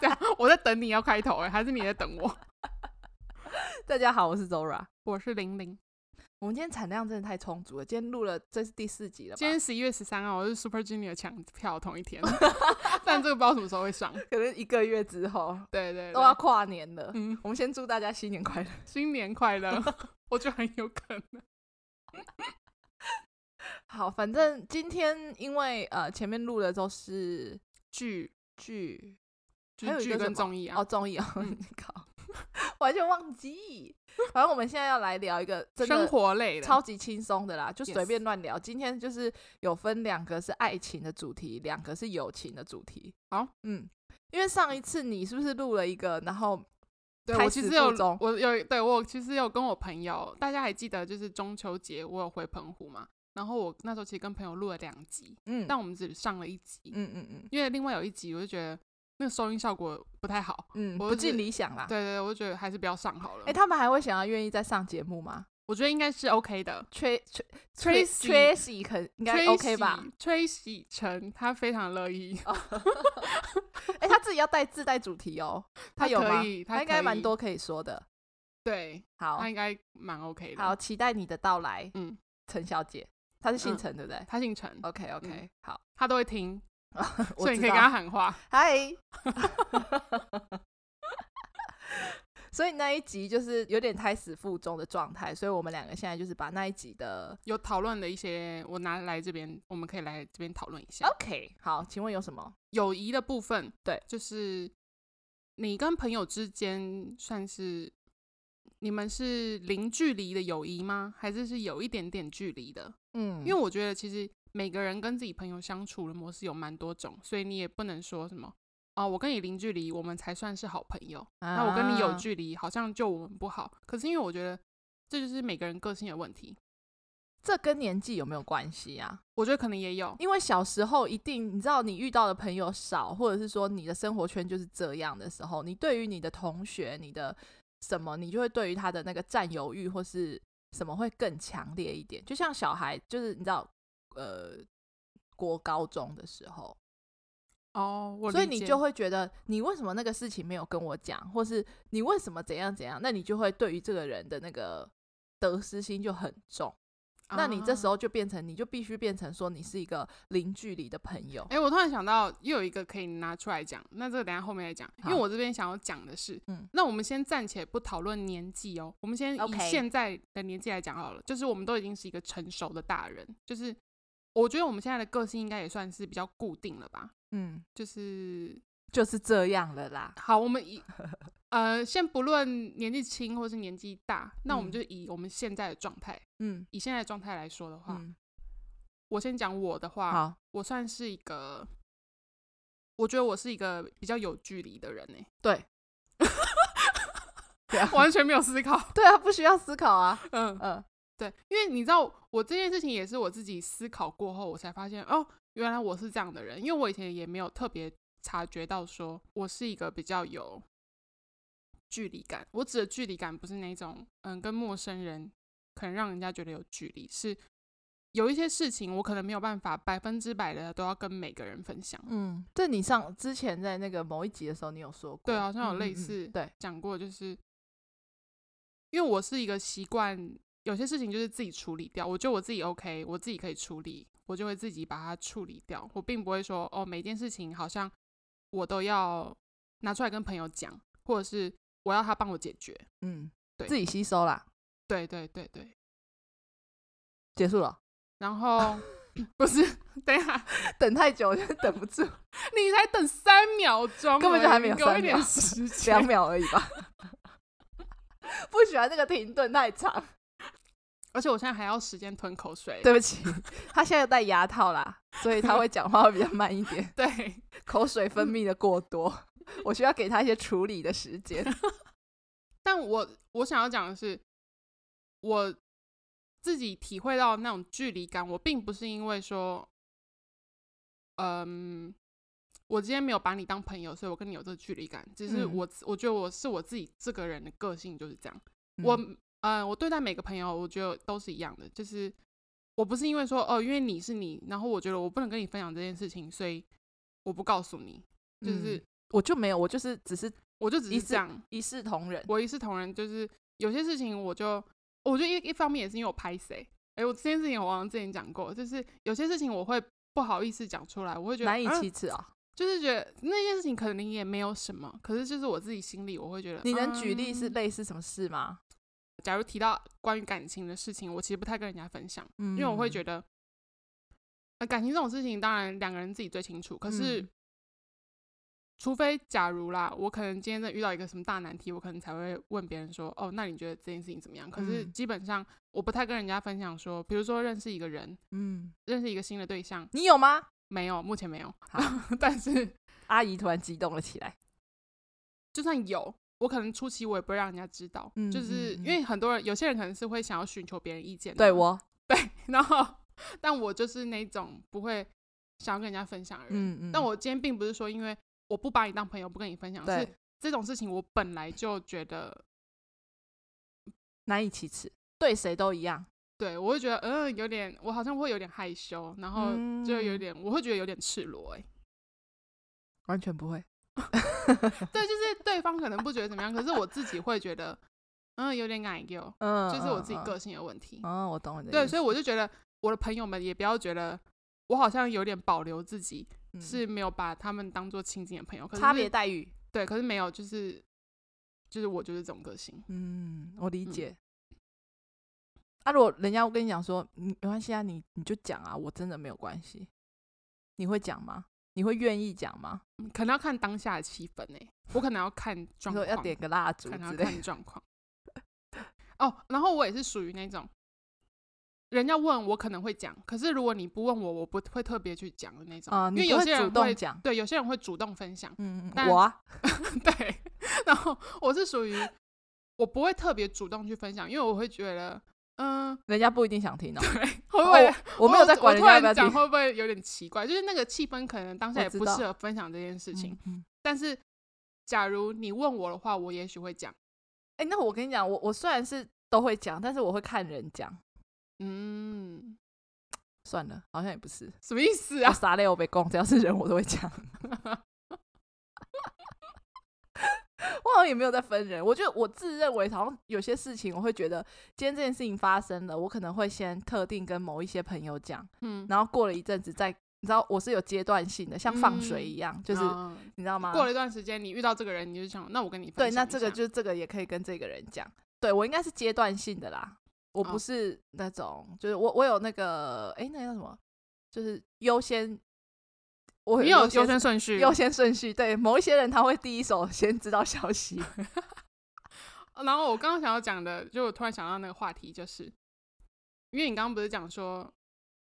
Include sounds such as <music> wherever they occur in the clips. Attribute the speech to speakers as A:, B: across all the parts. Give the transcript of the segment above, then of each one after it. A: 这样我在等你要开头哎、还是你在等我？
B: <laughs> 大家 <laughs> 好，我是 Zora。
A: 我是玲玲，
B: 我们今天产量真的太充足了，今天录了这是第四集了吧？
A: 今天十一月十三号，我是 Super Junior 抢票同一
B: <laughs>
A: 天，但这个不知道什么时候会上。
B: 可能一个月之后 <laughs>
A: 对对
B: 都
A: 对，
B: 要跨年了，
A: 嗯，
B: 我们先祝大家新年快乐。
A: 新年
B: <laughs>
A: 快乐，我觉得很有可能。
B: 好，反正今天因为呃前面录的都是
A: 剧
B: 剧还
A: 剧
B: 有一个
A: 剧
B: 什
A: 跟
B: 么
A: 综艺啊
B: 哦，，综艺哦， <laughs> 靠，完全忘记。反正我们现在要来聊一个真
A: 生
B: 的
A: 活类的，
B: 超级轻松的啦，就
A: Yes
B: 随便乱聊。今天就是有分两个是爱情的主题，两个是友情的主题。
A: 好，
B: 嗯，因为上一次你是不是录了一个，然后
A: 对
B: 开
A: 我其
B: 始
A: 实有
B: 附中
A: 我有对我其实有跟我朋友，大家还记得就是中秋节我有回澎湖嘛，然后我那时候其实跟朋友录了两集，
B: 嗯
A: 但我们只上了一集，
B: 嗯嗯嗯
A: 因为另外有一集我就觉得那个收音效果不太好，
B: 嗯，不
A: 我就
B: 尽
A: 是
B: 理想啦。
A: 对对对，我就觉得还是不要上好了。
B: 哎、他们还会想要愿意再上节目吗
A: 我觉得应该是 OK 的。
B: ？Tra Tra
A: Tracy-
B: Tracy 肯应该 OK 吧？
A: ？Tracy 陈他非常乐意，
B: 哎、他自己要带自带主题哦，他有吗
A: 可？以，
B: 他应
A: 可
B: 该
A: 以
B: 蛮，多可以说的。
A: 对
B: 好
A: 他应该蛮 OK 的。
B: 好，，期待你的到来，
A: 嗯，
B: 陈小姐，她是姓
A: 嗯
B: 陈、对不对
A: 他姓陈，
B: ？OK OK，、好，
A: 他都会听， <laughs>
B: 我
A: 所以
B: 知
A: 你可以
B: 道
A: 跟他喊话。
B: 嗨。 <laughs> 所以那一集就是有点胎死腹中的状态，所以我们两个现在就是把那一集的
A: 有讨论的一些，我拿来这边，我们可以来这边讨论一下、
B: OK 好，请问有什么？
A: 友谊的部分。
B: 哦对，
A: 就是你跟朋友之间算是你们是零距离的友谊吗？还是是有一点点距离的？
B: 嗯，
A: 因为我觉得其实每个人跟自己朋友相处的模式有蛮多种，所以你也不能说什么哦，我跟你零距离，我们才算是好朋友。那我跟你有
B: 啊
A: 距离，好像就我们不好。可是因为我觉得这就是每个人个性的问题，
B: 这跟年纪有没有关系啊？
A: 我觉得可能也有。
B: 因为小时候一定你知道你遇到的朋友少，或者是说你的生活圈就是这样的时候，你对于你的同学、你的什么，你就会对于他的那个占有欲或是什么会更强烈一点。就像小孩，就是你知道，呃，国高中的时候，
A: 哦，我
B: 所以
A: 理
B: 你
A: 解
B: 就会觉得你为什么那个事情没有跟我讲，或是你为什么怎样怎样，那你就会对于这个人的那个得失心就很重。那你这时
A: 啊
B: 候就变成，你就必须变成说你是一个零距离的朋友。
A: 哎、我突然想到，又有一个可以拿出来讲，那这个等一下后面再讲，因为
B: 好
A: 我这边想要讲的是，
B: 嗯
A: 那我们先暂且不讨论年纪哦，我们先以
B: OK
A: 现在的年纪来讲好了就是我们都已经是一个成熟的大人，就是我觉得我们现在的个性应该也算是比较固定了吧，
B: 嗯，
A: 就是
B: 就是这样了啦。
A: 好，我们
B: <laughs>
A: 以呃先不论年纪轻或是年纪大，那我们
B: 嗯
A: 就以我们现在的状态，
B: 嗯
A: 以现在的状态来说的话，
B: 嗯，
A: 我先讲我的话，
B: 好，
A: 我算是一个，我觉得我是一个比较有距离的人呢、
B: 对，对啊，
A: 完全没有思考。
B: 对啊，不需要思考 <laughs> 啊。
A: 嗯，
B: 嗯
A: 对，因为你知道，我这件事情也是我自己思考过后，我才发现哦，原来我是这样的人。因为我以前也没有特别察觉到，说我是一个比较有距离感。我指的距离感不是那种嗯，跟陌生人可能让人家觉得有距离，是有一些事情我可能没有办法百分之百的都要跟每个人分享。
B: 嗯，这你上之前在那个某一集的时候，你有说过，
A: 对好像有
B: 嗯
A: 类
B: 嗯嗯
A: 似
B: 对，
A: 讲过，就是因为我是一个习惯有些事情就是自己处理掉，我觉得我自己 OK，我自己可以处理，我就会自己把它处理掉。我并不会说哦，每件事情好像我都要拿出来跟朋友讲，或者是我要他帮我解决。
B: 嗯，
A: 对
B: 自己吸收啦，
A: 对对对对，
B: 结束 <laughs> 了。
A: 然后不是，等一下，
B: 等太久就等不 <laughs> 住，
A: 你才等三秒钟而已，
B: 根本就还没有
A: 给我
B: 三
A: 一点
B: 秒
A: 时
B: 两
A: 间。
B: 秒而已吧。 <laughs> 不喜欢这个停顿太长，
A: 而且我现在还要时间吞口水。
B: 对不起，他现在戴牙套啦，所以他会讲话会比较慢一点。
A: 对，
B: 口水分泌的过多， <laughs> 我需要给他一些处理的时 <laughs> 间。
A: 但我我想要讲的是，我自己体会到那种距离感，我并不是因为说，嗯，我今天没有把你当朋友，所以我跟你有这个距离感。只是
B: 嗯
A: 我自、我觉得我是我自己这个人的个性就是这样。我
B: 嗯
A: 嗯，我对待每个朋友，我觉得都是一样的，就是我不是因为说哦，因为你是你，然后我觉得我不能跟你分享这件事情，所以我不告诉你，就是
B: 嗯我就没有，我就是只是
A: 我就只
B: 一
A: 是这
B: 视
A: 样，
B: 一视同仁。
A: 我一视同仁，就是有些事情我就，我觉得一一方面也是因为我拍谁，哎、我这件事情我好像之前讲过，就是有些事情我会不好意思讲出来，我会觉得
B: 难以
A: 啊
B: 启齿啊！
A: 就是觉得那件事情可能也没有什么，可是就是我自己心里我会觉得，
B: 你能举例是
A: 嗯
B: 类似什么事吗？
A: 假如提到关于感情的事情，我其实不太跟人家分享，
B: 嗯，
A: 因为我会觉得，呃，感情这种事情当然两个人自己最清楚，可是。
B: 嗯
A: 除非假如啦，我可能今天在遇到一个什么大难题，我可能才会问别人说，哦，那你觉得这件事情怎么样？可是
B: 嗯
A: 基本上我不太跟人家分享说，比如说认识一个人，
B: 嗯，
A: 认识一个新的对象，
B: 你有吗？
A: 没有，目前没有
B: 好，
A: <laughs> 但是
B: 阿姨突然激动了起来。
A: 就算有，我可能初期我也不会让人家知道，
B: 嗯
A: 就是
B: 嗯嗯
A: 因为很多人，有些人可能是会想要寻求别人意见的，
B: 对我，
A: <laughs> 然后，但我就是那种不会想要跟人家分享的人。
B: 嗯嗯，
A: 但我今天并不是说因为我不把你当朋友不跟你分享，是
B: 对
A: 这种事情我本来就觉得，
B: 难以启齿，对谁都一样。
A: 对我会觉得嗯、有点，我好像会有点害羞，然后就有
B: 嗯
A: 点，我会觉得有点赤裸、欸，
B: 完全不会。
A: 对，就是对方可能不觉得怎么样，可是我自己会觉得嗯、有点矮油，
B: 嗯，
A: 就是我自己
B: 嗯
A: 个。性的问题。
B: 嗯，嗯我懂你的意思。
A: 对，所以我就觉得我的朋友们也不要觉得我好像有点保留自己，
B: 嗯
A: 是没有把他们当做亲近的朋友，可是
B: 差别待遇。
A: 对，可是没有，就是就是我就是这种个性，
B: 嗯，我理
A: 嗯
B: 解。啊，如果人家我跟你讲说，嗯，没关系啊，你你就讲啊，我真的没有关系。你会讲吗？你会愿意讲吗？
A: 嗯可能要看当下的气氛诶、我可能要看
B: 你
A: 状
B: 说
A: 况，
B: 要点个蜡烛
A: 可能
B: 之
A: 要
B: 类。
A: 看状况。哦，然后我也是属于那种。人家问我可能会讲，可是如果你不问我，我不会特别去讲的那种。
B: 啊，
A: 因
B: 你
A: 为
B: 不
A: 有
B: 会
A: 些人
B: 主动
A: 会
B: 讲。
A: 对，有些人会主动分享， <laughs>
B: 嗯，嗯
A: 但
B: 我啊，
A: 对，然后我是属于我不会特别主动去分享，因为我会觉得，嗯，
B: 人家不一定想听 <laughs> 哦。
A: 会不
B: 哦
A: 会、
B: 我没有在管
A: 我
B: 人家要
A: 突
B: 不要听
A: 然讲会不会有点奇怪？就是那个气氛可能当下
B: 我
A: 也
B: 知
A: 不
B: 道
A: 适合分享这件事情。
B: 嗯。嗯
A: 但是假如你问我的话，我也许会讲，
B: 哎、那我跟你讲，我我虽然是都会讲，但是我会看人讲。
A: 嗯，
B: 算了，好像也不是。
A: 什么意思
B: 我
A: 啊？ <laughs>
B: 傻嘞，我被攻，只要是人我都会讲。 <laughs> 我好像也没有在分人，我觉得我自认为好像有些事情，我会觉得今天这件事情发生了，我可能会先特定跟某一些朋友讲，
A: 嗯，
B: 然后过了一阵子再，你知道我是有阶段性的，像放水一样，就是、
A: 啊
B: 你知道吗？
A: 过了一段时间，你遇到这个人，你就想，那我跟你分
B: 对，
A: 享
B: 那
A: 一
B: 这个
A: 下
B: 就是这个也可以跟这个人讲。对我应该是阶段性的啦，我不
A: 哦
B: 是那种，就是我我有那个，哎，那个叫什么？就是优先，我
A: 你有
B: 优
A: 优先顺序，
B: 优先顺序。对，某一些人他会第一手 <laughs> 先知道消息。
A: 然后我刚刚想要讲的，就我突然想到那个话题，就是因为你刚刚不是讲说，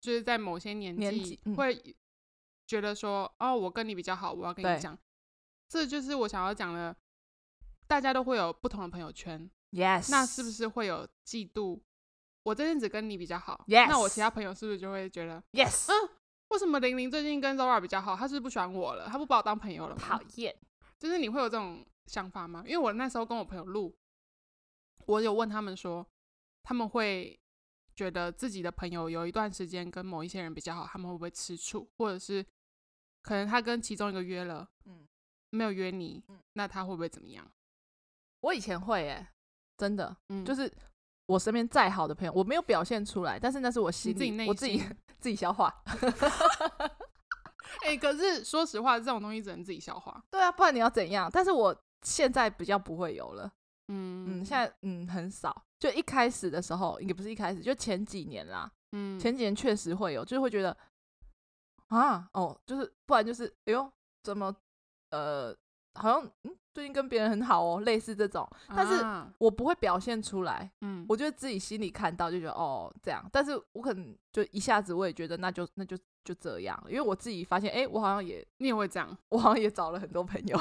A: 就是在某些年
B: 年
A: 纪
B: 纪嗯
A: 会觉得说，哦，我跟你比较好，我要跟
B: 对
A: 你讲，这就是我想要讲的。大家都会有不同的朋友圈，
B: yes，
A: <laughs> 那是不是会有嫉妒？我这阵子跟你比较好
B: Yes
A: 那我其他朋友是不是就会觉得，
B: yes？、
A: 嗯，为什么玲玲最近跟 Zora 比较好？她是不是不喜欢我了？她不把我当朋友了吗？
B: 讨厌，
A: 就是你会有这种想法吗？因为我那时候跟我朋友录，我有问他们说，他们会觉得自己的朋友有一段时间跟某一些人比较好，他们会不会吃醋，或者是可能他跟其中一个约了，
B: 嗯
A: 没有约你，
B: 嗯
A: 那他会不会怎么样？
B: 我以前会哎、真的，
A: 嗯，
B: 就是我身边再好的朋友，我没有表现出来，但是那是我
A: 你
B: 心
A: 自己
B: 里，
A: 内
B: 我自己
A: 心
B: <laughs> 自己消化。
A: 哎、可是说实话，这种东西只能自己消化。
B: 对啊，不然你要怎样？但是我现在比较不会有了。
A: 嗯
B: 嗯，现在嗯很少，就一开始的时候也不是一开始，就前几年啦，
A: 嗯
B: 前几年确实会有，就是会觉得啊哦，就是不然就是哎呦怎么呃好像嗯最近跟别人很好哦，类似这种，但是
A: 啊
B: 我不会表现出来，
A: 嗯，
B: 我就自己心里看到就觉得哦这样，但是我可能就一下子我也觉得那就那就就这样，因为我自己发现哎、我好像也
A: 你也会这样， <laughs>
B: 我好像也找了很多朋友，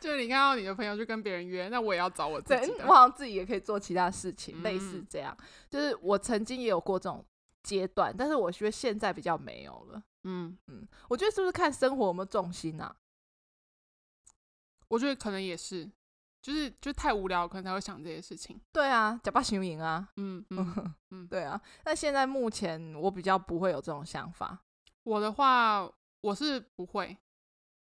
A: 就是你看到你的朋友去跟别人约，那我也要找我自
B: 对，
A: 己
B: 嗯
A: 的
B: 我好像自己也可以做其他事情，类似
A: 嗯
B: 这样。就是我曾经也有过这种阶段，但是我觉得现在比较没有了。
A: 嗯，
B: 嗯，我觉得是不是看生活有没有重心啊？
A: 我觉得可能也是，就是就太无聊，可能才会想这些事情。
B: 对啊，假扮行营啊，
A: 嗯嗯，
B: <laughs>
A: 嗯
B: 对啊。但现在目前我比较不会有这种想法。
A: 我的话我是不会，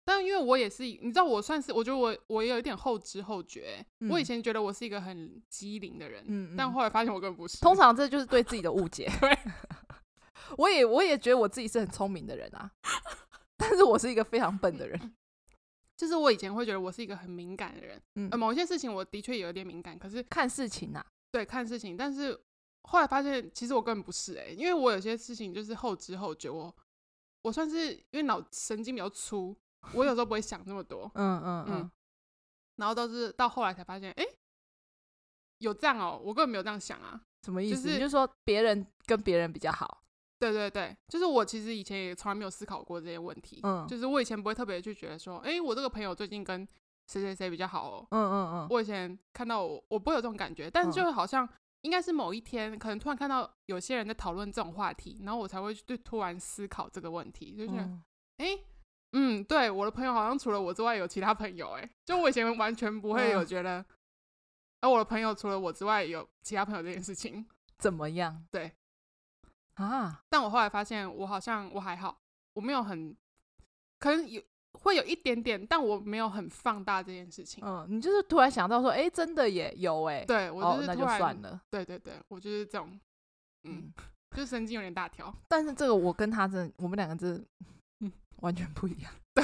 A: 但因为我也是，你知道，我算是我觉得我我有一点后知后觉、我以
B: 嗯
A: 前觉得我是一个很机灵的人，
B: 嗯
A: 但
B: 嗯
A: 后来发现我根本不是。
B: 通常这就是对自己的误解。
A: <laughs> 对，
B: 我也我也觉得我自己是很聪明的人啊， <laughs> 但是我是一个非常笨的人。
A: 嗯就是我以前会觉得我是一个很敏感的人，
B: 嗯
A: 呃，，某些事情我的确有一点敏感，可是
B: 看事情啊，
A: 对看事情，但是后来发现其实我根本不是哎、因为我有些事情就是后知后觉，我我算是因为脑神经比较粗，我有时候不会想那么多，
B: 嗯嗯
A: 嗯
B: 嗯，
A: 然后都是到后来才发现，哎、有这样哦、我根本没有这样想啊。
B: 什么意
A: 就
B: 思？
A: 是
B: 你就说别人跟别人比较好，
A: 对对对，就是我其实以前也从来没有思考过这些问题，
B: 嗯
A: 就是我以前不会特别去觉得说，哎、我这个朋友最近跟谁谁谁比较好哦、
B: 嗯嗯嗯，
A: 我以前看到我，我不会有这种感觉，但是
B: 嗯
A: 就是好像应该是某一天，可能突然看到有些人在讨论这种话题，然后我才会去突然思考这个问题，就是哎、
B: 嗯
A: 诶嗯，对，我的朋友好像除了我之外有其他朋友，哎，就我以前完全不会有
B: 嗯
A: 觉得，哎、我的朋友除了我之外有其他朋友这件事情，
B: 怎么样？
A: 对
B: 啊，
A: 但我后来发现我好像我还好，我没有很，可能有会有一点点，但我没有很放大这件事情。
B: 嗯，你就是突然想到说，哎，真的也有哎，
A: 对我
B: 哦
A: 就，是
B: 那
A: 突
B: 就
A: 然、
B: 算了，
A: 对对对，我就是这种，嗯，
B: 嗯。
A: 就是神经有点大条。
B: 但是这个我跟他真的，我们两个真的，嗯
A: 嗯，
B: 完全不一样。
A: 对，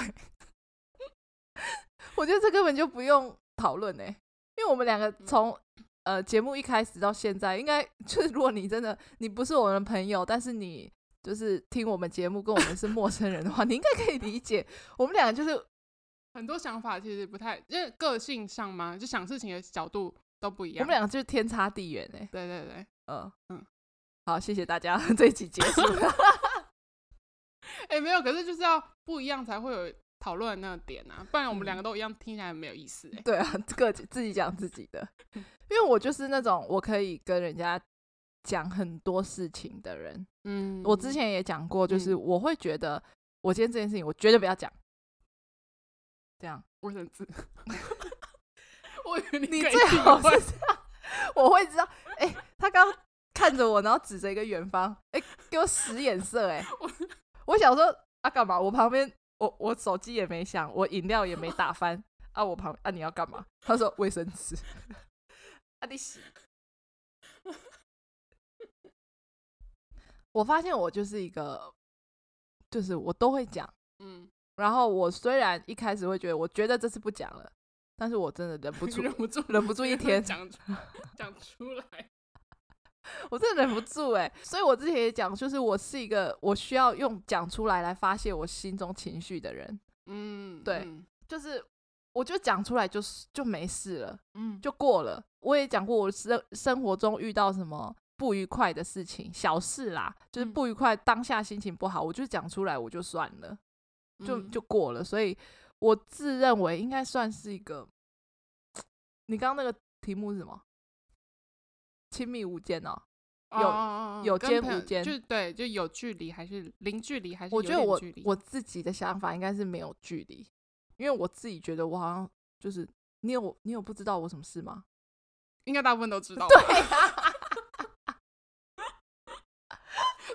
B: <laughs> 我觉得这根本就不用讨论哎，因为我们两
A: 嗯
B: 个从呃节目一开始到现在，应该 <laughs> 就是如果你真的你不是我们的朋友，但是你就是听我们节目跟我们是陌生人的话，你应该可以理解我们两个就是
A: 很多想法其实不太，因为个性上嘛，就想事情的角度都不一
B: 我
A: 样。
B: 们两个就是天差地远哎。
A: 对对对，
B: 嗯嗯
A: 嗯，
B: 好，谢谢大家， <laughs> 这一集结束了。 <laughs>
A: 哎、没有，可是就是要不一样才会有讨论的那个点啊，不然我
B: 嗯
A: 们两个都一样，听起来很没有意思、欸。
B: 对啊，各自己讲自己的， <laughs> 因为我就是那种我可以跟人家讲很多事情的人。
A: 嗯
B: 我之前也讲过，就是我会觉得我今天这件事情，我绝对不要讲。这样，
A: 卫生纸， <laughs> 我以为你
B: <laughs> 你
A: 可以
B: 最
A: 体
B: 好
A: 会
B: 是这样，我会知道。哎、他刚看着我，然后指着一个远方，哎、给我使眼色、哎，
A: 我
B: 我想说啊，干嘛？我旁边，我我手机也没响，我饮料也没打翻啊，我旁啊，你要干嘛？他说卫生纸。啊，你洗。我发现我就是一个，就是我都会讲。
A: 嗯，
B: 然后我虽然一开始会觉得，我觉得这次不讲了，但是我真的忍
A: <laughs>
B: 不住，
A: 忍不住
B: 忍不住一天
A: <laughs> 讲出讲出来。
B: 我真的忍不住哎、所以我之前也讲，就是我是一个我需要用讲出来来发泄我心中情绪的人，
A: 嗯，
B: 对
A: 嗯
B: 就是我就讲出来就是就没事了，
A: 嗯，
B: 就过了。我也讲过我生生活中遇到什么不愉快的事情，小事啦，就是
A: 嗯
B: 不愉快，当下心情不好，我就讲出来，我就算了，就
A: 嗯
B: 就过了。所以我自认为应该算是一个，你刚刚那个题目是什么？亲密无间哦，有
A: 哦哦哦
B: 有
A: 跟
B: 间
A: 朋友
B: 无间
A: 就对，就有距离还是零距离还是
B: 我
A: 有
B: 觉得
A: 点
B: 我
A: 距离
B: 我自己的想法应该是没有距离，因为我自己觉得我好像就是你有你有不知道我什么事吗？ <laughs> 啊
A: 应该大部分都知道吧。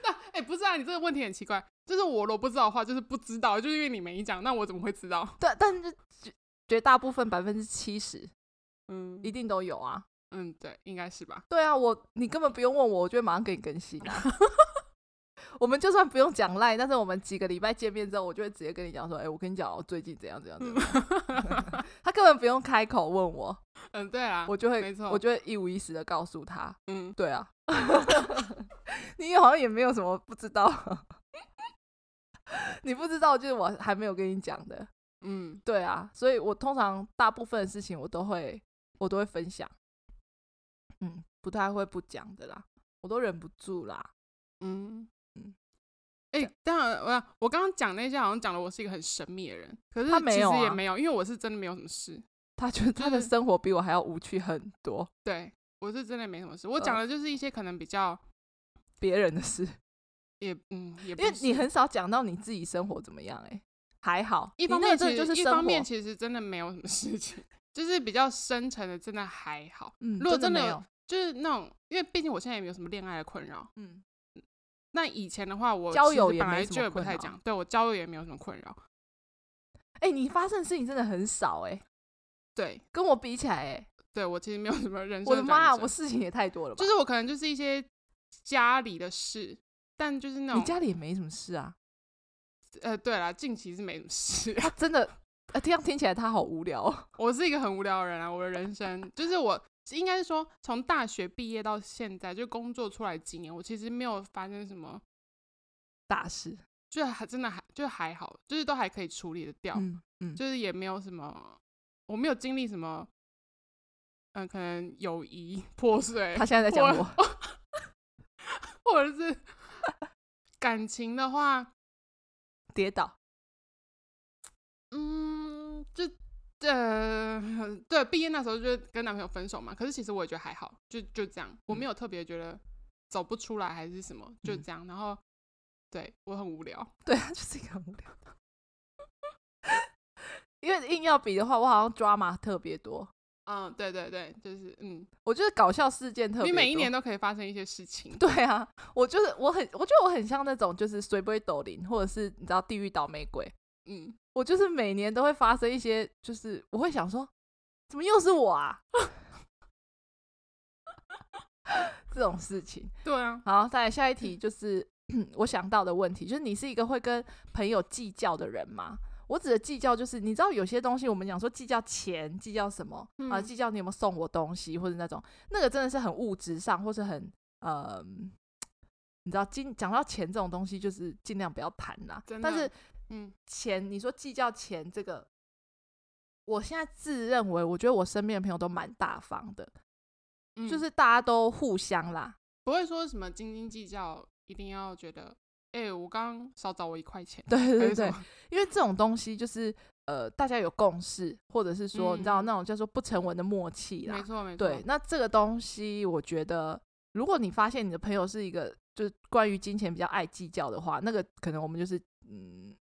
A: 那哎、欸不是啊，你这个问题很奇怪。就是我若不知道的话，就是不知道，就是因为你没讲，那我怎么会知道？
B: 但但是绝绝大部分百分之七十
A: 嗯
B: 一定都有啊。
A: 嗯，对，应该是吧。
B: 对啊，我你根本不用问我，我就会马上给你更新啊。 <laughs> 我们就算不用讲赖，但是我们几个礼拜见面之后，我就会直接跟你讲说，哎、我跟你讲，我最近怎样怎样怎样。 <laughs> 他根本不用开口问我，
A: 嗯，对嗯啊，
B: 我就会
A: 没错
B: 我就会一五一十的告诉他。
A: 嗯，
B: 对啊， <laughs> 你好像也没有什么不知道， <laughs> 你不知道就是我还没有跟你讲的。
A: 嗯
B: 对啊，所以我通常大部分的事情我都会我都会分享，嗯，不太会不讲的啦，我都忍不住啦。
A: 嗯
B: 嗯
A: 嗯。哎、当然，我我刚刚讲那些好像讲的我是一个很神秘的人，可是
B: 他没
A: 其
B: 有
A: 实也
B: 啊
A: 没有，因为我是真的没有什么事。
B: 他觉得他的
A: 就是
B: 生活比我还要无趣很多，
A: 对，我是真的没什么
B: 呃
A: 事。我讲的就是一些可能比较
B: 别人的事，
A: 也嗯也不
B: 因为你
A: 是
B: 很少讲到你自己生活怎么样、欸，还好，
A: 一
B: 你
A: 方
B: 那
A: 面
B: 个
A: 其
B: 真
A: 实
B: 的就是
A: 一
B: 生
A: 方面
B: 活
A: 其实真的没有什么事情，就是比较深沉的真的还好，
B: 嗯，
A: 如果
B: 真
A: 真的
B: 没
A: 有
B: 有，
A: 就是那种因为毕竟我现在也没有什么恋爱的困扰。
B: 嗯
A: 那以前的话我
B: 交
A: 其
B: 友
A: 实
B: 也
A: 本
B: 没
A: 来
B: 什么
A: 就也不
B: 困
A: 太
B: 扰
A: 讲，对我交友也没有什么困扰。
B: 哎、你发生的事情真的很少哎、
A: 对
B: 跟我比起来哎、
A: 对，我其实没有什么人生
B: 我的
A: 转
B: 妈、啊，
A: 折
B: 我事情也太多了吧？
A: 就是我可能就是一些家里的事，但就是那
B: 你
A: 种
B: 家里也没什么事啊，
A: 呃，对啦，近期是没什么事。
B: 他真的，呃，这样听起来他好无聊、哦。
A: 我是一个很无聊的人啊，我的人生就是我应该是说从大学毕业到现在，就工作出来几年，我其实没有发生什么，
B: 大事，
A: 就还真的还就还好，就是都还可以处理得掉，
B: 嗯嗯，
A: 就是也没有什么，我没有经历什么，嗯、可能友谊 <laughs> 破碎
B: <laughs> 他，现在在讲
A: 我
B: 我，
A: 或者是感情的话，
B: 跌倒，
A: 嗯，就呃， <laughs> 对，毕业那时候就跟男朋友分手嘛。可是其实我也觉得还好，就就这样，我没有特别觉得走不出来还是什么，就
B: 嗯
A: 这样。然后对我很无聊，
B: 对他就是一个很无聊的。 <laughs> 因为硬要比的话，我好像 drama 特别多，
A: 嗯，对对对，就是嗯，
B: 我觉得搞笑事件特别
A: 你
B: 多。
A: 每一年都可以发生一些事情，
B: 对啊，我就是我很，我觉得我很像那种就是随波斗零，或者是你知道地狱倒霉鬼，
A: 嗯，
B: 我就是每年都会发生一些，就是我会想说，怎么又是我啊？ <laughs> 这种事情。
A: 对啊，
B: 好，再来下一题，就是 <clears throat> 我想到的问题，就是你是一个会跟朋友计较的人吗？我指的计较就是，你知道有些东西我们讲说计较钱、计较什么、啊，
A: 嗯
B: 计较你有没有送我东西，或者那种那个真的是很物质上，或是很呃，你知道，金讲到钱这种东西，就是尽量不要谈啦
A: 真。的
B: 但是
A: 嗯
B: 钱，你说计较钱这个，我现在自认为，我觉得我身边的朋友都蛮大方的，
A: 嗯，
B: 就是大家都互相啦。 <laughs>
A: 不会说什么斤斤计较，一定要觉得，哎、我刚刚少找我一块钱，
B: 对 <laughs> 对
A: 还
B: 对
A: 是什
B: 对
A: 么，，
B: 因为这种东西就是呃，大家有共识，或者是说、你知道
A: 嗯
B: 那种叫做不成文的默契
A: 没
B: 啦。
A: 错没错，
B: 对，那这个东西，我觉得如果你发现你的朋友是一个就是关于金钱比较爱计较的话，那个可能我们就是嗯，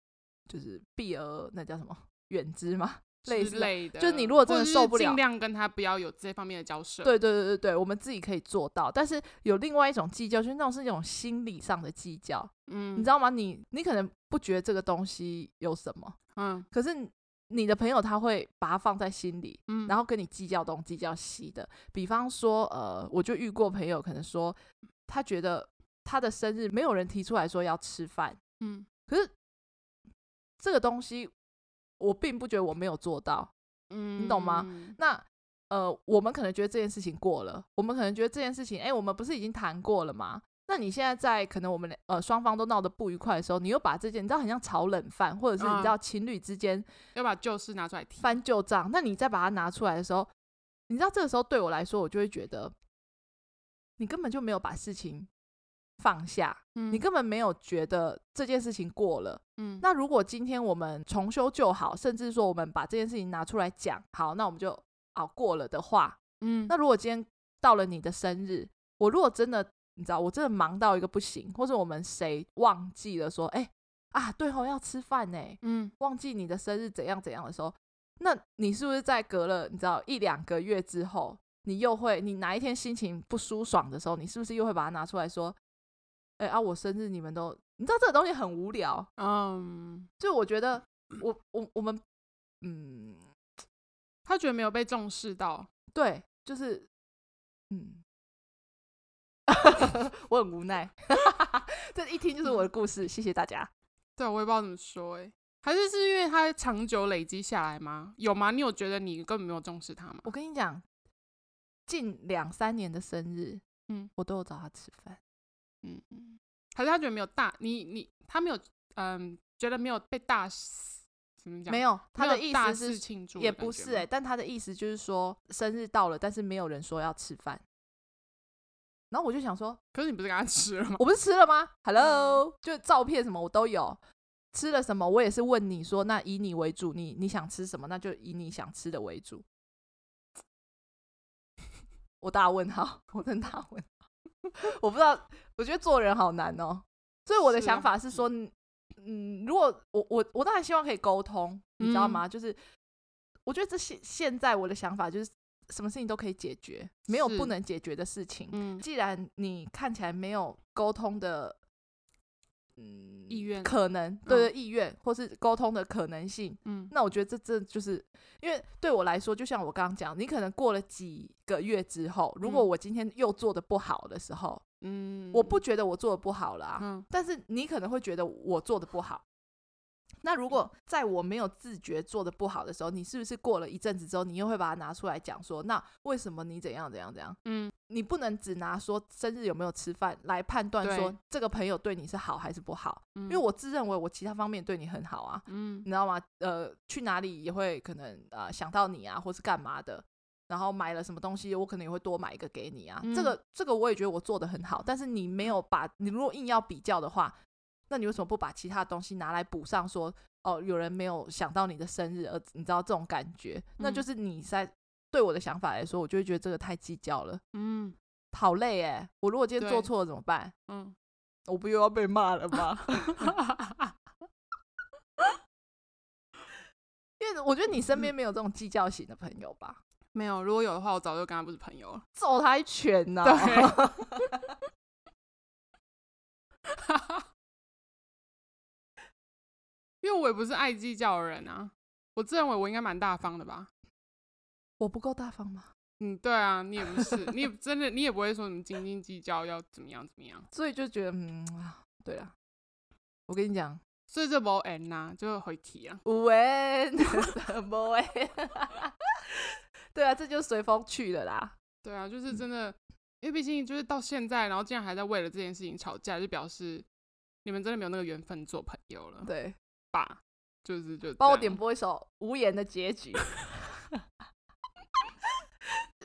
B: 就是避而那叫什么远之嘛，类似
A: 之
B: 的
A: 类的，
B: 就是你如果真的
A: 或者是
B: 受不了
A: 尽量跟他不要有这方面的交涉。
B: 对对对对对，我们自己可以做到，但是有另外一种计较，就是那种是那种心理上的计较，
A: 嗯，
B: 你知道吗？你你可能不觉得这个东西有什么，
A: 嗯
B: 可是你你的朋友他会把它放在心里，
A: 嗯，
B: 然后跟你计较东计较西的。比方说，呃，我就遇过朋友，可能说他觉得他的生日没有人提出来说要吃饭，
A: 嗯
B: 可是这个东西我并不觉得我没有做到，
A: 嗯，
B: 你懂吗？那呃，我们可能觉得这件事情过了，我们可能觉得这件事情，哎、我们不是已经谈过了吗？那你现在在可能我们俩呃双方都闹得不愉快的时候，你又把这件你知道很像炒冷饭，或者是你
A: 嗯
B: 知道情侣之间
A: 要把旧事拿出来提。
B: 翻旧账，那你再把它拿出来的时候，你知道这个时候对我来说，我就会觉得你根本就没有把事情放下，
A: 嗯
B: 你根本没有觉得这件事情过了。
A: 嗯
B: 那如果今天我们重修旧好，甚至说我们把这件事情拿出来讲，好，那我们就熬过了的话，
A: 嗯
B: 那如果今天到了你的生日，我如果真的你知道我真的忙到一个不行，或者我们谁忘记了说，哎、啊，对哦，要吃饭呢、
A: 嗯
B: 忘记你的生日怎样怎样的时候，那你是不是在隔了你知道一两个月之后，你又会你哪一天心情不舒爽的时候，你是不是又会把它拿出来说，哎、啊，我生日你们都，你知道这个东西很无聊，
A: 嗯，
B: 就我觉得我我我们嗯
A: 他觉得没有被重视到，
B: 对，就是嗯， <laughs> 我很无奈， <laughs> 这一听就是我的故事，谢谢大家。
A: 对啊我也不知道怎么说哎、还是是因为他长久累积下来吗？有吗？你有觉得你根本没有重视他吗？
B: 我跟你讲，近两三年的生日，
A: 嗯，
B: 我都有找他吃饭。
A: 嗯，嗯还是他觉得没有大你你他没有嗯觉得没有被大肆怎么讲？
B: 没
A: 有
B: 有，他的意
A: 大
B: 思
A: 肆
B: 是
A: 庆祝的
B: 也
A: 感
B: 不
A: 觉
B: 是
A: 吗
B: 哎、但他的意思就是说生日到了，但是没有人说要吃饭。然后我就想说，
A: 可是你不是跟他吃了吗？嗯
B: 我不是吃了吗？Hello，、就照片什么我都有，吃了什么我也是问你说，那以你为主，你你想吃什么，那就以你想吃的为主。我大问号， <laughs> 我真大问号，我不知道，我觉得做人好难哦。所以我的
A: 是啊
B: 想法是说，嗯，如果我我我当然希望可以沟通，你知道吗？
A: 嗯
B: 就是我觉得这现现在我的想法就是，什么事情都可以解决，没有
A: 是
B: 不能解决的事情。
A: 嗯
B: 既然你看起来没有沟通的嗯
A: 意愿
B: 可能对对意愿或是沟通的可能性。
A: 嗯，
B: 那我觉得这这就是因为对我来说，就像我刚刚讲，你可能过了几个月之后，如果
A: 嗯
B: 我今天又做的不好的时候，
A: 嗯，
B: 我不觉得我做的不好了啊，
A: 嗯
B: 但是你可能会觉得我做的不好。那如果在我没有自觉做的不好的时候，你是不是过了一阵子之后，你又会把它拿出来讲说，那为什么你怎样怎样怎样？
A: 嗯，
B: 你不能只拿说生日有没有吃饭来判断说
A: 对嗯
B: 这个朋友对你是好还是不好，
A: 因
B: 因为我自认为我其他方面对你很好啊，
A: 嗯
B: 你知道吗？呃，去哪里也会可能呃想到你啊，或是干嘛的。然后买了什么东西，我可能也会多买一个给你啊。这
A: 嗯
B: 个这个我也觉得我做的很好，但是你没有把你如果硬要比较的话，那你为什么不把其他东西拿来补上说？哦，有人没有想到你的生日，而呃你知道这种感觉，那就
A: 嗯
B: 是你在对我的想法来说，我就会觉得这个太计较了，
A: <laughs> 嗯
B: 好累哎、我如果今天做
A: 对
B: 错了怎么办？
A: 嗯，
B: <laughs> 我不又要被骂了吗？ <laughs> 因为我觉得你身边没有这种计较型的朋友吧？
A: 没有，如果有的话，我早就跟他不是朋友了。
B: 揍他一拳呐、
A: 对
B: <laughs>
A: 因为我也不是爱计较的人啊，我自认为我应该蛮大方的吧。
B: 我不够大方吗？
A: 嗯，对啊，你也不是，
B: <laughs>
A: 你也真的，你也不会说什么斤斤计较，要怎么样怎么样，
B: 所以就觉得，嗯，啊对了，我跟你讲，
A: 所以这不 end 呐、就回题啊。
B: 喂， <laughs> 什么喂？ <laughs> 对啊，这就随风去了啦。
A: 对啊，就是真的，因为毕竟就是到现在，然后竟然还在为了这件事情吵架，就表示你们真的没有那个缘分做朋友了
B: 对，
A: 吧？就是就
B: 帮我
A: 这样
B: 点播一首《无言的结
A: <laughs>
B: 局》。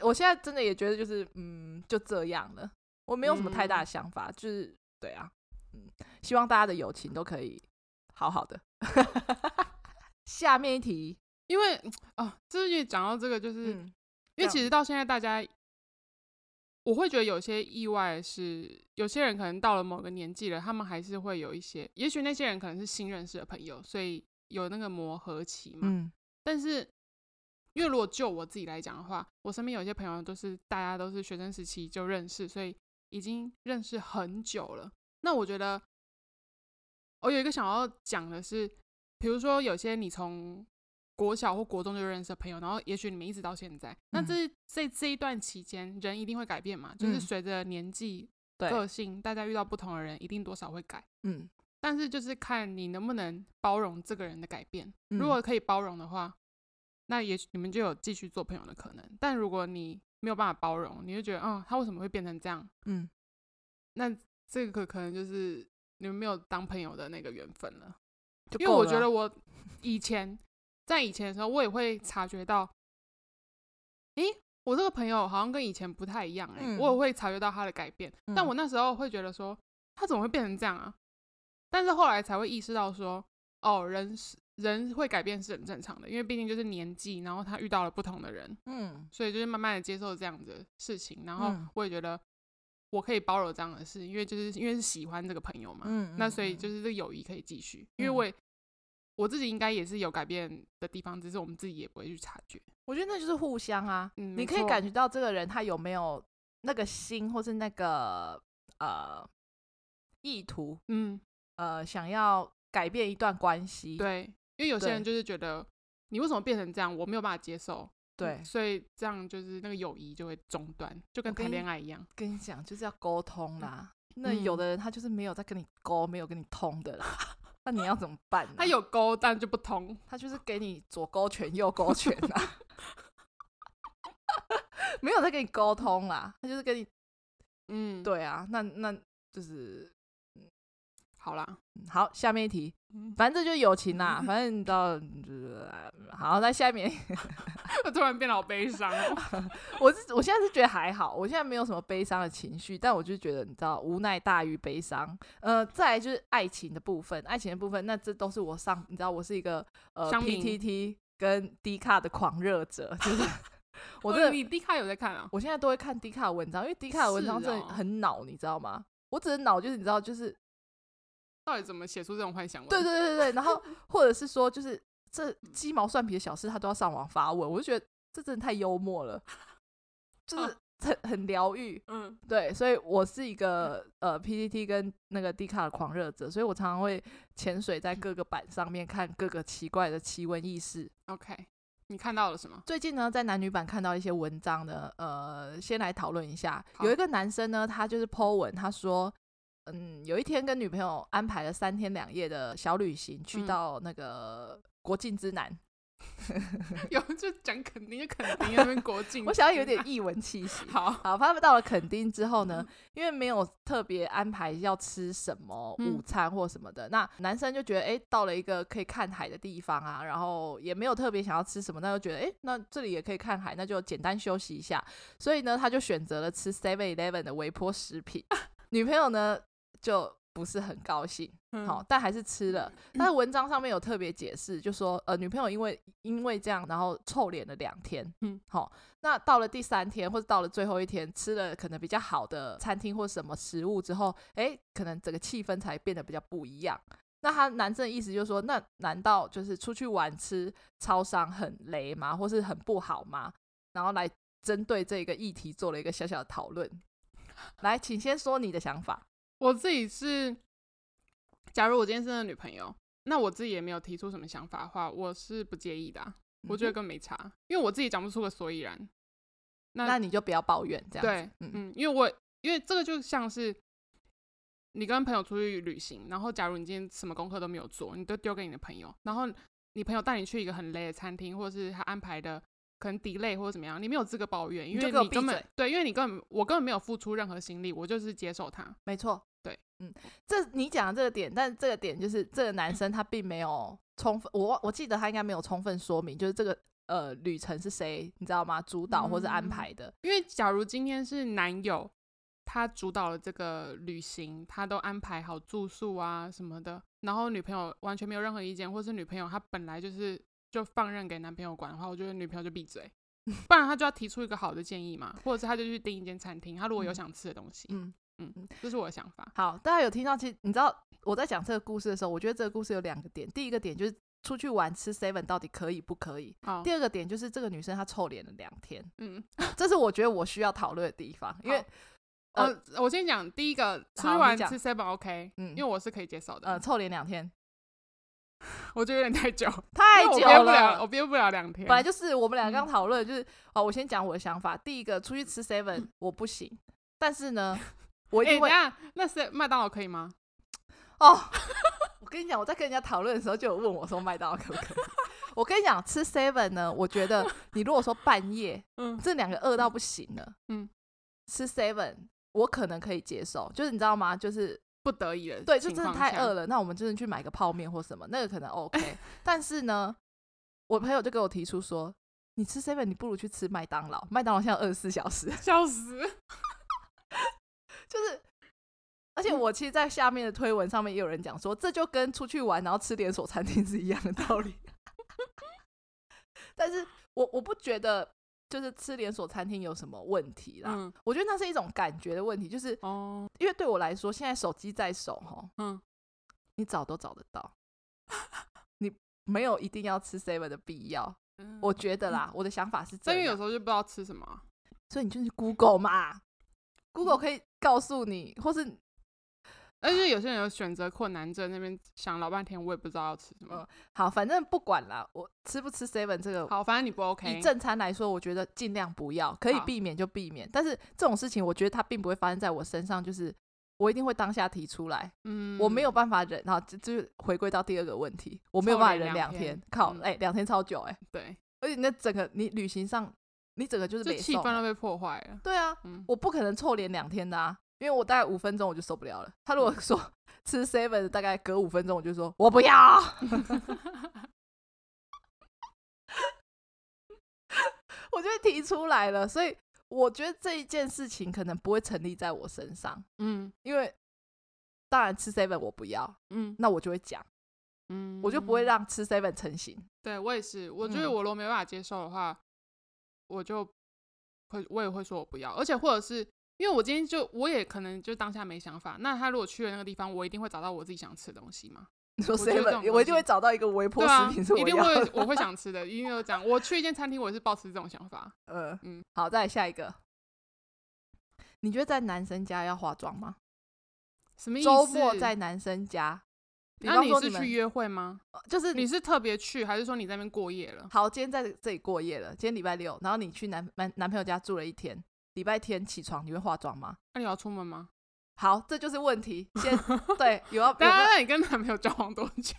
B: 我现在真的也觉得，就是嗯，就这样了。我没有什么太
A: 嗯
B: 大的想法，就是对啊，嗯，希望大家的友情都可以好好的。下面一题，
A: 因为啊，就是也讲到这个，就是、
B: 嗯，这
A: 因为
B: 样
A: 其实到现在大家，我会觉得有些意外是，有些人可能到了某个年纪了，他们还是会有一些，也许那些人可能是新认识的朋友，所以有那个磨合期嘛。
B: 嗯，
A: 但是，因为如果就我自己来讲的话，我身边有一些朋友都是大家都是学生时期就认识，所以已经认识很久了。那我觉得，我有一个想要讲的是，比如说有些你从国小或国中就认识的朋友，然后也许你们一直到现在，那
B: 嗯
A: 这这这一段期间，人一定会改变嘛，就是
B: 嗯
A: 随着年纪、
B: 对
A: 个性，大家遇到不同的人，一定多少会改。
B: 嗯，
A: 但是就是看你能不能包容这个人的改变。
B: 嗯
A: 如果可以包容的话，那也许你们就有继续做朋友的可能。但如果你没有办法包容，你就觉得，嗯，他为什么会变成这样？
B: 嗯，
A: 那这个可能就是你们没有当朋友的那个缘分了。
B: 就
A: 因为
B: 够
A: 我
B: 了啊
A: 觉得我以前在以前的时候，我也会察觉到，诶，我这个朋友好像跟以前不太一样、诶，
B: 嗯
A: 我也会察觉到他的改变。但
B: 嗯
A: 我那时候会觉得说，他怎么会变成这样啊？但是后来才会意识到说，哦，人是人会改变是很正常的，因为毕竟就是年纪，然后他遇到了不同的人，
B: 嗯
A: 所以就是慢慢的接受这样的事情。然后
B: 嗯
A: 我也觉得我可以包容这样的事，因为就是因为是喜欢这个朋友嘛，
B: 嗯，
A: 那所以就是是这个友谊可以继续，因为
B: 嗯
A: 我也我自己应该也是有改变的地方，只是我们自己也不会去察觉。
B: 我觉得那就是互相啊，
A: 嗯
B: 你
A: 没
B: 可以
A: 错
B: 感觉到这个人他有没有那个心，或是那个呃意图，
A: 嗯，
B: 呃，想要改变一段关系。
A: 对，因为有些
B: 对嗯
A: 人就是觉得你为什么变成这样，我没有办法接受，嗯
B: 对，
A: 所以这样就是那个友谊就会中断，就跟
B: 我跟
A: 谈
B: 你
A: 恋爱一样。
B: 跟你讲就是要沟通啦。那有
A: 嗯
B: 的人他就是没有在跟你沟，没有跟你通的 <laughs> 啦。那你要怎么办呢？
A: 他有勾，但就不通。
B: 他就是给你左勾拳右勾拳 <laughs> 啊，没有在跟你沟通啦，他就是跟你
A: 嗯，，
B: 对啊，那那就是
A: 好啦，
B: 嗯好，下面一题，
A: 嗯
B: 反正这就是友情 <laughs> 啦，反正你知道，嗯就是呃好，那下面
A: 我突然变得好悲伤哦。
B: 我是我现在是觉得还好，我现在没有什么悲伤的情绪，但我就觉得你知道，无奈大于悲伤。呃，再来就是爱情的部分，爱情的部分，那这都是我上，你知道，我是一个呃
A: 乡民
B: PTT 跟 D 卡的狂热者，
A: <laughs>
B: 就是 <laughs> 我
A: 哦
B: 真的
A: 你低卡有在看啊？
B: 我现在都会看迪卡的文章，因为迪卡的文章
A: 是
B: 真的
A: 哦
B: 很恼，你知道吗？我只是恼，就是你知道，就是
A: 到底怎么写出这种幻想文？
B: 对对对对，然
A: <laughs>
B: 后或者是说，就是这
A: 嗯 <laughs> 哦
B: 鸡毛蒜皮的小事，他都要上网发问，我就觉得这真的太幽默了。就是很很疗愈。
A: 嗯，
B: 对，所以我是一个呃 PPT 跟那个 D 卡的狂热者，所以我常常会潜水在各个板上面看各个奇怪的奇闻异事。
A: OK，你看到了什么？
B: 最近呢，在男女版看到一些文章呢，呃，先来讨论一下。
A: 好
B: 有一个男生呢，他就是 Po 文，他说，嗯，有一天跟女朋友安排了三天两夜的小旅行，去
A: 嗯
B: 到那个国境之
A: <laughs>
B: 南。
A: <laughs>
B: <laughs>
A: 有就讲肯定就肯定那
B: <laughs>
A: 边国境之南，。
B: 我想要有点异文气息
A: <laughs> 好，
B: 好，他们到了垦丁之后呢，因为没有特别安排要吃什么
A: 嗯
B: 午餐或什么的，那男生就觉得，哎、到了一个可以看海的地方啊，然后也没有特别想要吃什么，那就觉得，哎、那这里也可以看海，那就简单休息一下。所以呢，他就选择了吃 Seven Eleven 的微波食品。 <laughs> 女朋友呢就不是很高兴，
A: 嗯
B: 好，，但还是吃了。但是文章上面有特别解释，就说呃，女朋友因为因为这样，然后臭脸了两天。
A: 嗯，
B: 好，那到了第三天或者到了最后一天，吃了可能比较好的餐厅或什么食物之后，诶，可能整个气氛才变得比较不一样。那他男生的意思就是说，那难道就是出去玩吃超商很雷吗，或是很不好吗？然后来针对这个议题做了一个小小的讨论。来，请先说你的想法。
A: 我自己是，假如我今天是他的女朋友，那我自己也没有提出什么想法的话，我是不介意的啊、我觉得
B: 嗯
A: 根本没差，因为我自己讲不出个所以然。那
B: 那你就不要抱怨这样子。
A: 对，嗯，因为我因为这个就像是你跟朋友出去旅行，然后假如你今天什么功课都没有做，你都丢给你的朋友，然后你朋友带你去一个很累的餐厅，或者是他安排的可能 delay 或者怎么样，你没有资格抱怨，因
B: 你就
A: 为
B: 给我
A: 你根
B: 闭
A: 本
B: 嘴
A: 对，因为你根本我根本没有付出任何心力，我就是接受他。
B: 没错，
A: 对，
B: 嗯，这你讲的这个点，但这个点就是这个男生他并没有充分，我我记得他应该没有充分说明，就是这个呃旅程是谁你知道吗？主导或是安
A: 嗯
B: 排的，
A: 因为假如今天是男友，他主导了这个旅行，他都安排好住宿啊什么的，然后女朋友完全没有任何意见，或是女朋友她本来就是就放任给男朋友管的话，我觉得女朋友就
B: <laughs>
A: 闭嘴，不然他就要提出一个好的建议嘛，或者是他就去订一间餐厅，他如果有
B: 嗯
A: 想吃的东西，
B: 嗯。
A: 这是我的想法。
B: 好，大家有听到？其实你知道我在讲这个故事的时候，我觉得这个故事有两个点。第一个点就是出去玩吃 seven 到底可以不可以？
A: 好，
B: 第二个点就是这个女生她臭脸了两天，
A: 嗯，
B: 这是我觉得我需要讨论的地方，因为
A: 好呃，我先讲第一个，吃
B: 好你
A: 完
B: 讲
A: 吃 seven OK，
B: 嗯
A: 因为我是可以接受的，
B: 呃臭脸两天
A: 我觉得有点太久，
B: 太
A: 因为我
B: 久
A: 憋不
B: 了
A: 了，我，憋不了两天，
B: 本来就是我们俩刚
A: 嗯
B: 讨论，就是哦，我先讲我的想法。第一个，出去吃 seven 我不行，但是
A: <laughs>
B: 呢，我一
A: 哎、
B: 定会、
A: 等一下那是麦当劳可以吗？
B: 哦。 <laughs> 我跟你讲，我在跟人家讨论的时候，就有问我说麦当劳可不可以？我跟你讲，吃 seven 呢，我觉
A: <laughs>
B: 得你如果说半夜
A: 嗯
B: 这两个饿到不行了，
A: 嗯，
B: 吃 seven 我可能可以接受，就是你知道吗？就是，
A: 不得已的
B: 对，就真的
A: 情况
B: 太
A: 下
B: 饿，了，那我们真的去买个泡面或什么，那个可能 OK。但是呢，我朋友就给我提出说，你吃 seven 你不如去吃麦当劳，麦当劳现在二十四小时，
A: <laughs>
B: <laughs>
A: 笑死！
B: 就是，而且我其实，在下面的推文上面也有人讲说，这就跟出去玩然后吃连锁餐厅是一样的道理。 <laughs> 但是我我不觉得就是吃连锁餐厅有什么问题啦，
A: 嗯，
B: 我觉得那是一种感觉的问题，就是
A: 哦，
B: 因为对我来说，现在手机在手哈，
A: 嗯，
B: 你找都找得到， <laughs> 你没有一定要吃 seven 的必要。嗯我
A: 嗯
B: 觉得啦，我的想法是这
A: 但因为有
B: 样，
A: 时候就不知道吃什么啊，
B: 所以你就去 Google 嘛，Google
A: 嗯
B: 可以告诉你，或是
A: 而且有些人有选择困难症，那边想老半天，我也不知道要吃什么
B: 嗯。好，反正不管啦，我吃不吃 seven 这个，
A: 好，反正你不 OK，
B: 以正餐来说，我觉得尽量不要，可以
A: 好
B: 避免就避免。但是这种事情，我觉得它并不会发生在我身上，就是我一定会当下提出来，
A: 嗯，
B: 我没有办法忍。然后这就是回归到第二个问题，我没有
A: 凑
B: 办法
A: 连
B: 忍两
A: 两
B: 天
A: 天，
B: 靠，
A: 嗯
B: 哎、两天超久、哎，
A: 对，
B: 而且你那整个你旅行上，你整个就是
A: 就
B: 被
A: 气
B: 送
A: 氛
B: 哎
A: 都被破坏了。
B: 对啊，
A: 嗯，
B: 我不可能臭脸两天的啊，因为我大概五分钟我就受不了了。他如果
A: 嗯
B: 说吃 seven，大概隔五分钟我就说我不要。 <laughs> 我就会提出来了，所以我觉得这一件事情可能不会成立在我身上，
A: 嗯
B: 因为当然吃 seven 我不要，
A: 嗯
B: 那我就会讲，
A: 嗯，
B: 我就不会。让吃 seven 成型。
A: 对我也是，我觉得
B: 嗯
A: 我如果没办法接受的话，我就会我也会说我不要，而且或者是因为我今天就我也可能就当下没想法，那他如果去了那个地方，我一定会找到我自己想吃的东西嘛。
B: 你说
A: 我觉得这种
B: seven，
A: 东
B: 我一定
A: 西
B: 会找到一个微波
A: 对啊，
B: 食品是我
A: 一定
B: 要的。
A: 会我会想吃的，一定有这样。我去一间餐厅，我也是抱持这种想法。
B: 呃，
A: 嗯
B: 好，再来下一个。你觉得在男生家要化妆吗？
A: 什么意思？
B: 周末在男生家，比
A: 那
B: 方
A: 你
B: 说
A: 是
B: 们
A: 去约会吗？
B: 呃就是
A: 你是特别去，还是说你在那边过夜了？
B: 好，今天在这里过夜了，今天礼拜六，然后你去男男男朋友家住了一天，礼拜天起床你会化妆吗？
A: 那、你要出门吗？
B: 好，这就是问题。
A: <laughs>
B: 先对，有要有
A: 当
B: 没有 <laughs>
A: 然，那你跟男朋友交往多久？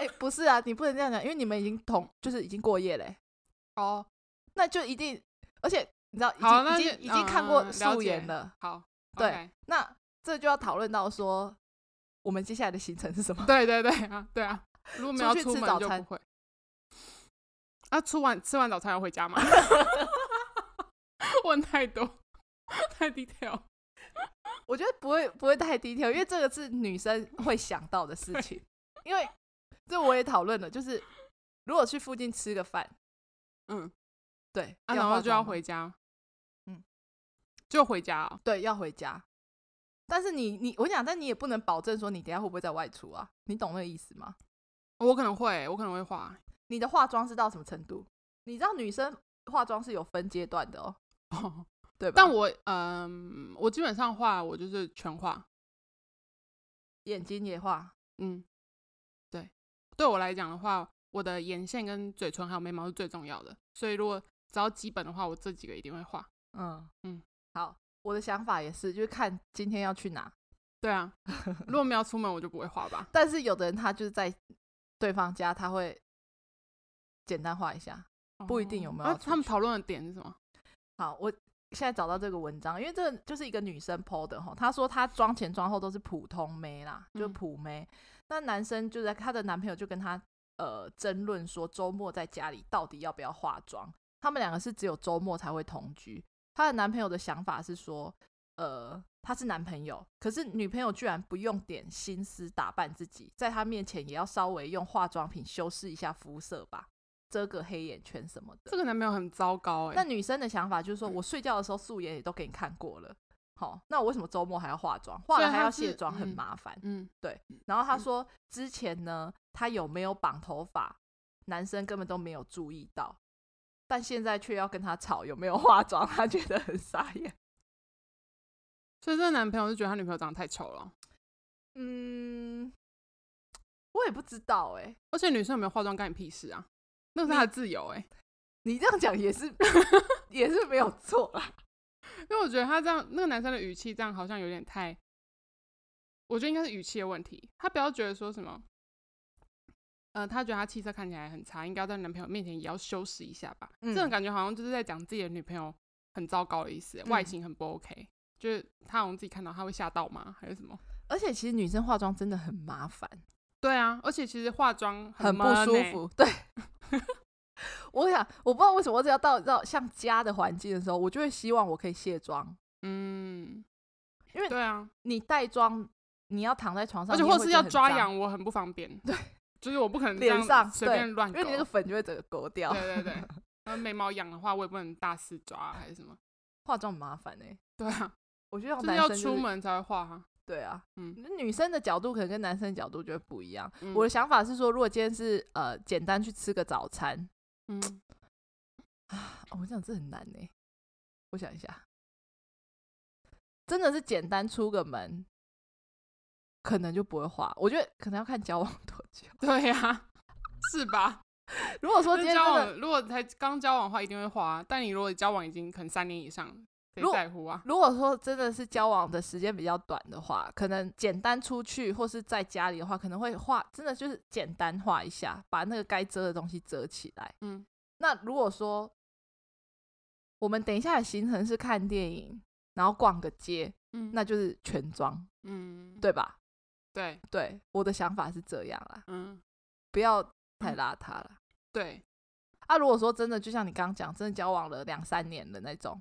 B: 哎、不是啊，你不能这样讲，因为你们已经同就是已经过夜嘞、欸
A: 哦，
B: 那就一定，而且你知道已经
A: 好那
B: 已
A: 就
B: 经已经看过
A: 嗯了
B: 素颜
A: 解
B: 了，
A: 好，
B: 对
A: OK
B: 那这就要讨论到说我们接下来的行程是什么？
A: 对对对啊，对啊，如果没有
B: 出去
A: 出
B: 吃
A: 门
B: 早
A: 就不
B: 餐
A: 会。啊，出完吃完早餐要回家吗？ <laughs> 问太多，太 detail。
B: 我觉得不会不会太低调，因为这个是女生会想到的事情。因为这我也讨论了，就是如果去附近吃个饭，
A: 嗯，
B: 对，要
A: 啊，然后
B: 化
A: 就要
B: 妆吗
A: 回家，
B: 嗯，
A: 就回家哦。
B: 对，要回家。但是你你我跟你讲，但你也不能保证说你等一下会不会在外出啊？你懂那个意思吗？
A: 我可能会，我可能会化。
B: 你的化妆是到什么程度？你知道女生化妆是有分阶段的哦，
A: 哦，
B: 对吧？
A: 但我嗯、我基本上画我就是全画，
B: 眼睛也化，
A: 嗯，对，对我来讲的话，我的眼线跟嘴唇还有眉毛是最重要的，所以如果只要基本的话，我这几个一定会画。
B: 嗯
A: 嗯，
B: 好，我的想法也是，就是看今天要去哪。
A: 对
B: <laughs>
A: 啊，如果没有出门，我就不会画吧。
B: 但是有的人他就是在对方家，他会简单化一下。不一定有没有
A: 啊
B: 要
A: 他们
B: 出去
A: 讨论的点是什么？
B: 好，我现在找到这个文章，因为这就是一个女生 PO 的哈，她说她妆前妆后都是普通妹啦，就
A: 嗯
B: 普妹。那男生就在她的男朋友就跟她呃争论说，周末在家里到底要不要化妆？他们两个是只有周末才会同居。她的男朋友的想法是说，呃，他是男朋友，可是女朋友居然不用点心思打扮自己，在他面前也要稍微用化妆品修饰一下肤色吧，遮个黑眼圈什么的
A: 这。个男朋友很糟糕哎、
B: 那女生的想法就是
A: 嗯
B: 说，我睡觉的时候素颜也都给你看过了，好，那我为什么周末还要化妆？化
A: 所以
B: 了还
A: 她
B: 要
A: 是
B: 卸妆，很
A: 嗯
B: 麻烦。
A: 嗯，
B: 然后她说，之前呢，她有没有绑头发，男生根本都没有注意到，但现在却要跟她吵有没有化妆，她觉得很傻眼。
A: 所以这个男朋友是觉得他女朋友长得太丑了，
B: 嗯，我也不知道哎、
A: 而且女生有没有化妆干你屁事啊？那是她的自由哎、
B: 你这样讲也是 <laughs> 也是没有错
A: <laughs>
B: 啦。
A: 因为我觉得他这样，那个男生的语气这样好像有点太，我觉得应该是语气的问题。他不要觉得说什么，呃，他觉得他气色看起来很差，应该要在男朋友面前也要修饰一下吧。这种
B: 嗯
A: 感觉好像就是在讲自己的女朋友很糟糕的意思，外
B: 嗯
A: 形很不 OK，就是他好像自己看到他会吓到吗？还是什么？
B: 而且其实女生化妆真的很麻烦。
A: 对啊，而且其实化妆
B: 很不
A: 闷
B: 舒
A: 欸。
B: 服。对， <laughs> 我想我不知道为什么，我只要到到像家的环境的时候，我就会希望我可以卸妆。
A: 嗯，
B: 因为
A: 对啊，
B: 你带妆，你要躺在床上，
A: 而且
B: 你也
A: 或
B: 会
A: 是
B: 觉
A: 要
B: 得很
A: 抓
B: 脏，
A: 痒，我很不方便。对，就是我不可能这
B: 脸
A: 样
B: 上
A: 随
B: 对
A: 便乱
B: 因
A: 搞，
B: 为你那个粉就会整个
A: <laughs>
B: 勾掉。<laughs>
A: 对对对，然后眉毛痒的话，我也不能大肆抓啊还是什么。
B: 化妆很麻烦哎、
A: 对啊，
B: 我觉得
A: 就是
B: 男
A: 要
B: 生、
A: 出，门才会化哈。
B: 对啊，
A: 嗯
B: 女生的角度可能跟男生的角度就会不一样。
A: 嗯
B: 我的想法是说，如果今天是呃简单去吃个早餐，
A: 嗯，
B: 哦，我想这很难呢、我想一下，真的是简单出个门，可能就不会画。我觉得可能要看交往多久。
A: 对呀、是吧？
B: 如果说今
A: 但
B: 天
A: 交
B: 真的，
A: 往如果才刚交往的话，一定会化、啊。但你如果交往已经可能三年以上，谁
B: 如
A: 在乎啊？
B: 如果说真的是交往的时间比较短的话，可能简单出去或是在家里的话，可能会画，真的就是简单画一下，把那个该遮的东西遮起来。
A: 嗯，
B: 那如果说我们等一下的行程是看电影，然后逛个街，
A: 嗯
B: 那就是全妆，
A: 嗯，
B: 对吧？
A: 对，
B: 对，我的想法是这样啦，
A: 嗯
B: 不要太邋遢了。
A: 对，
B: 啊，如果说真的，就像你刚刚讲，真的交往了两三年的那种，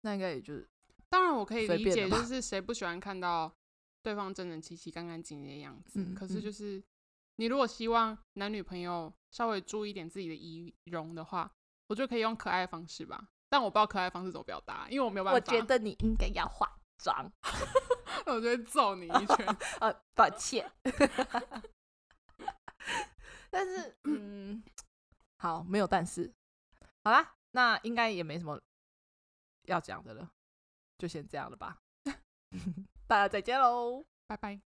B: 那应该也就是
A: 当然我可以
B: 随
A: 理
B: 便
A: 解，
B: 的
A: 就
B: 吧
A: 是谁不喜欢看到对方整整齐齐、干干净净的样子。
B: 嗯
A: 可是
B: 嗯
A: 就是你如果希望男女朋友稍微注意一点自己的仪容的话，我觉得可以用可爱的方式吧。但我不知道可爱的方式怎么表达，因为我没有办法。
B: 我觉得你应该要化妆。
A: <laughs> 我就会揍你
B: <laughs>
A: 一拳。
B: 呃，抱歉。 <laughs> 但是，嗯嗯，好，没有但是，好啦，那应该也没什么 <laughs> 要讲的了，就先这样了吧，大家再见喽。
A: 拜拜。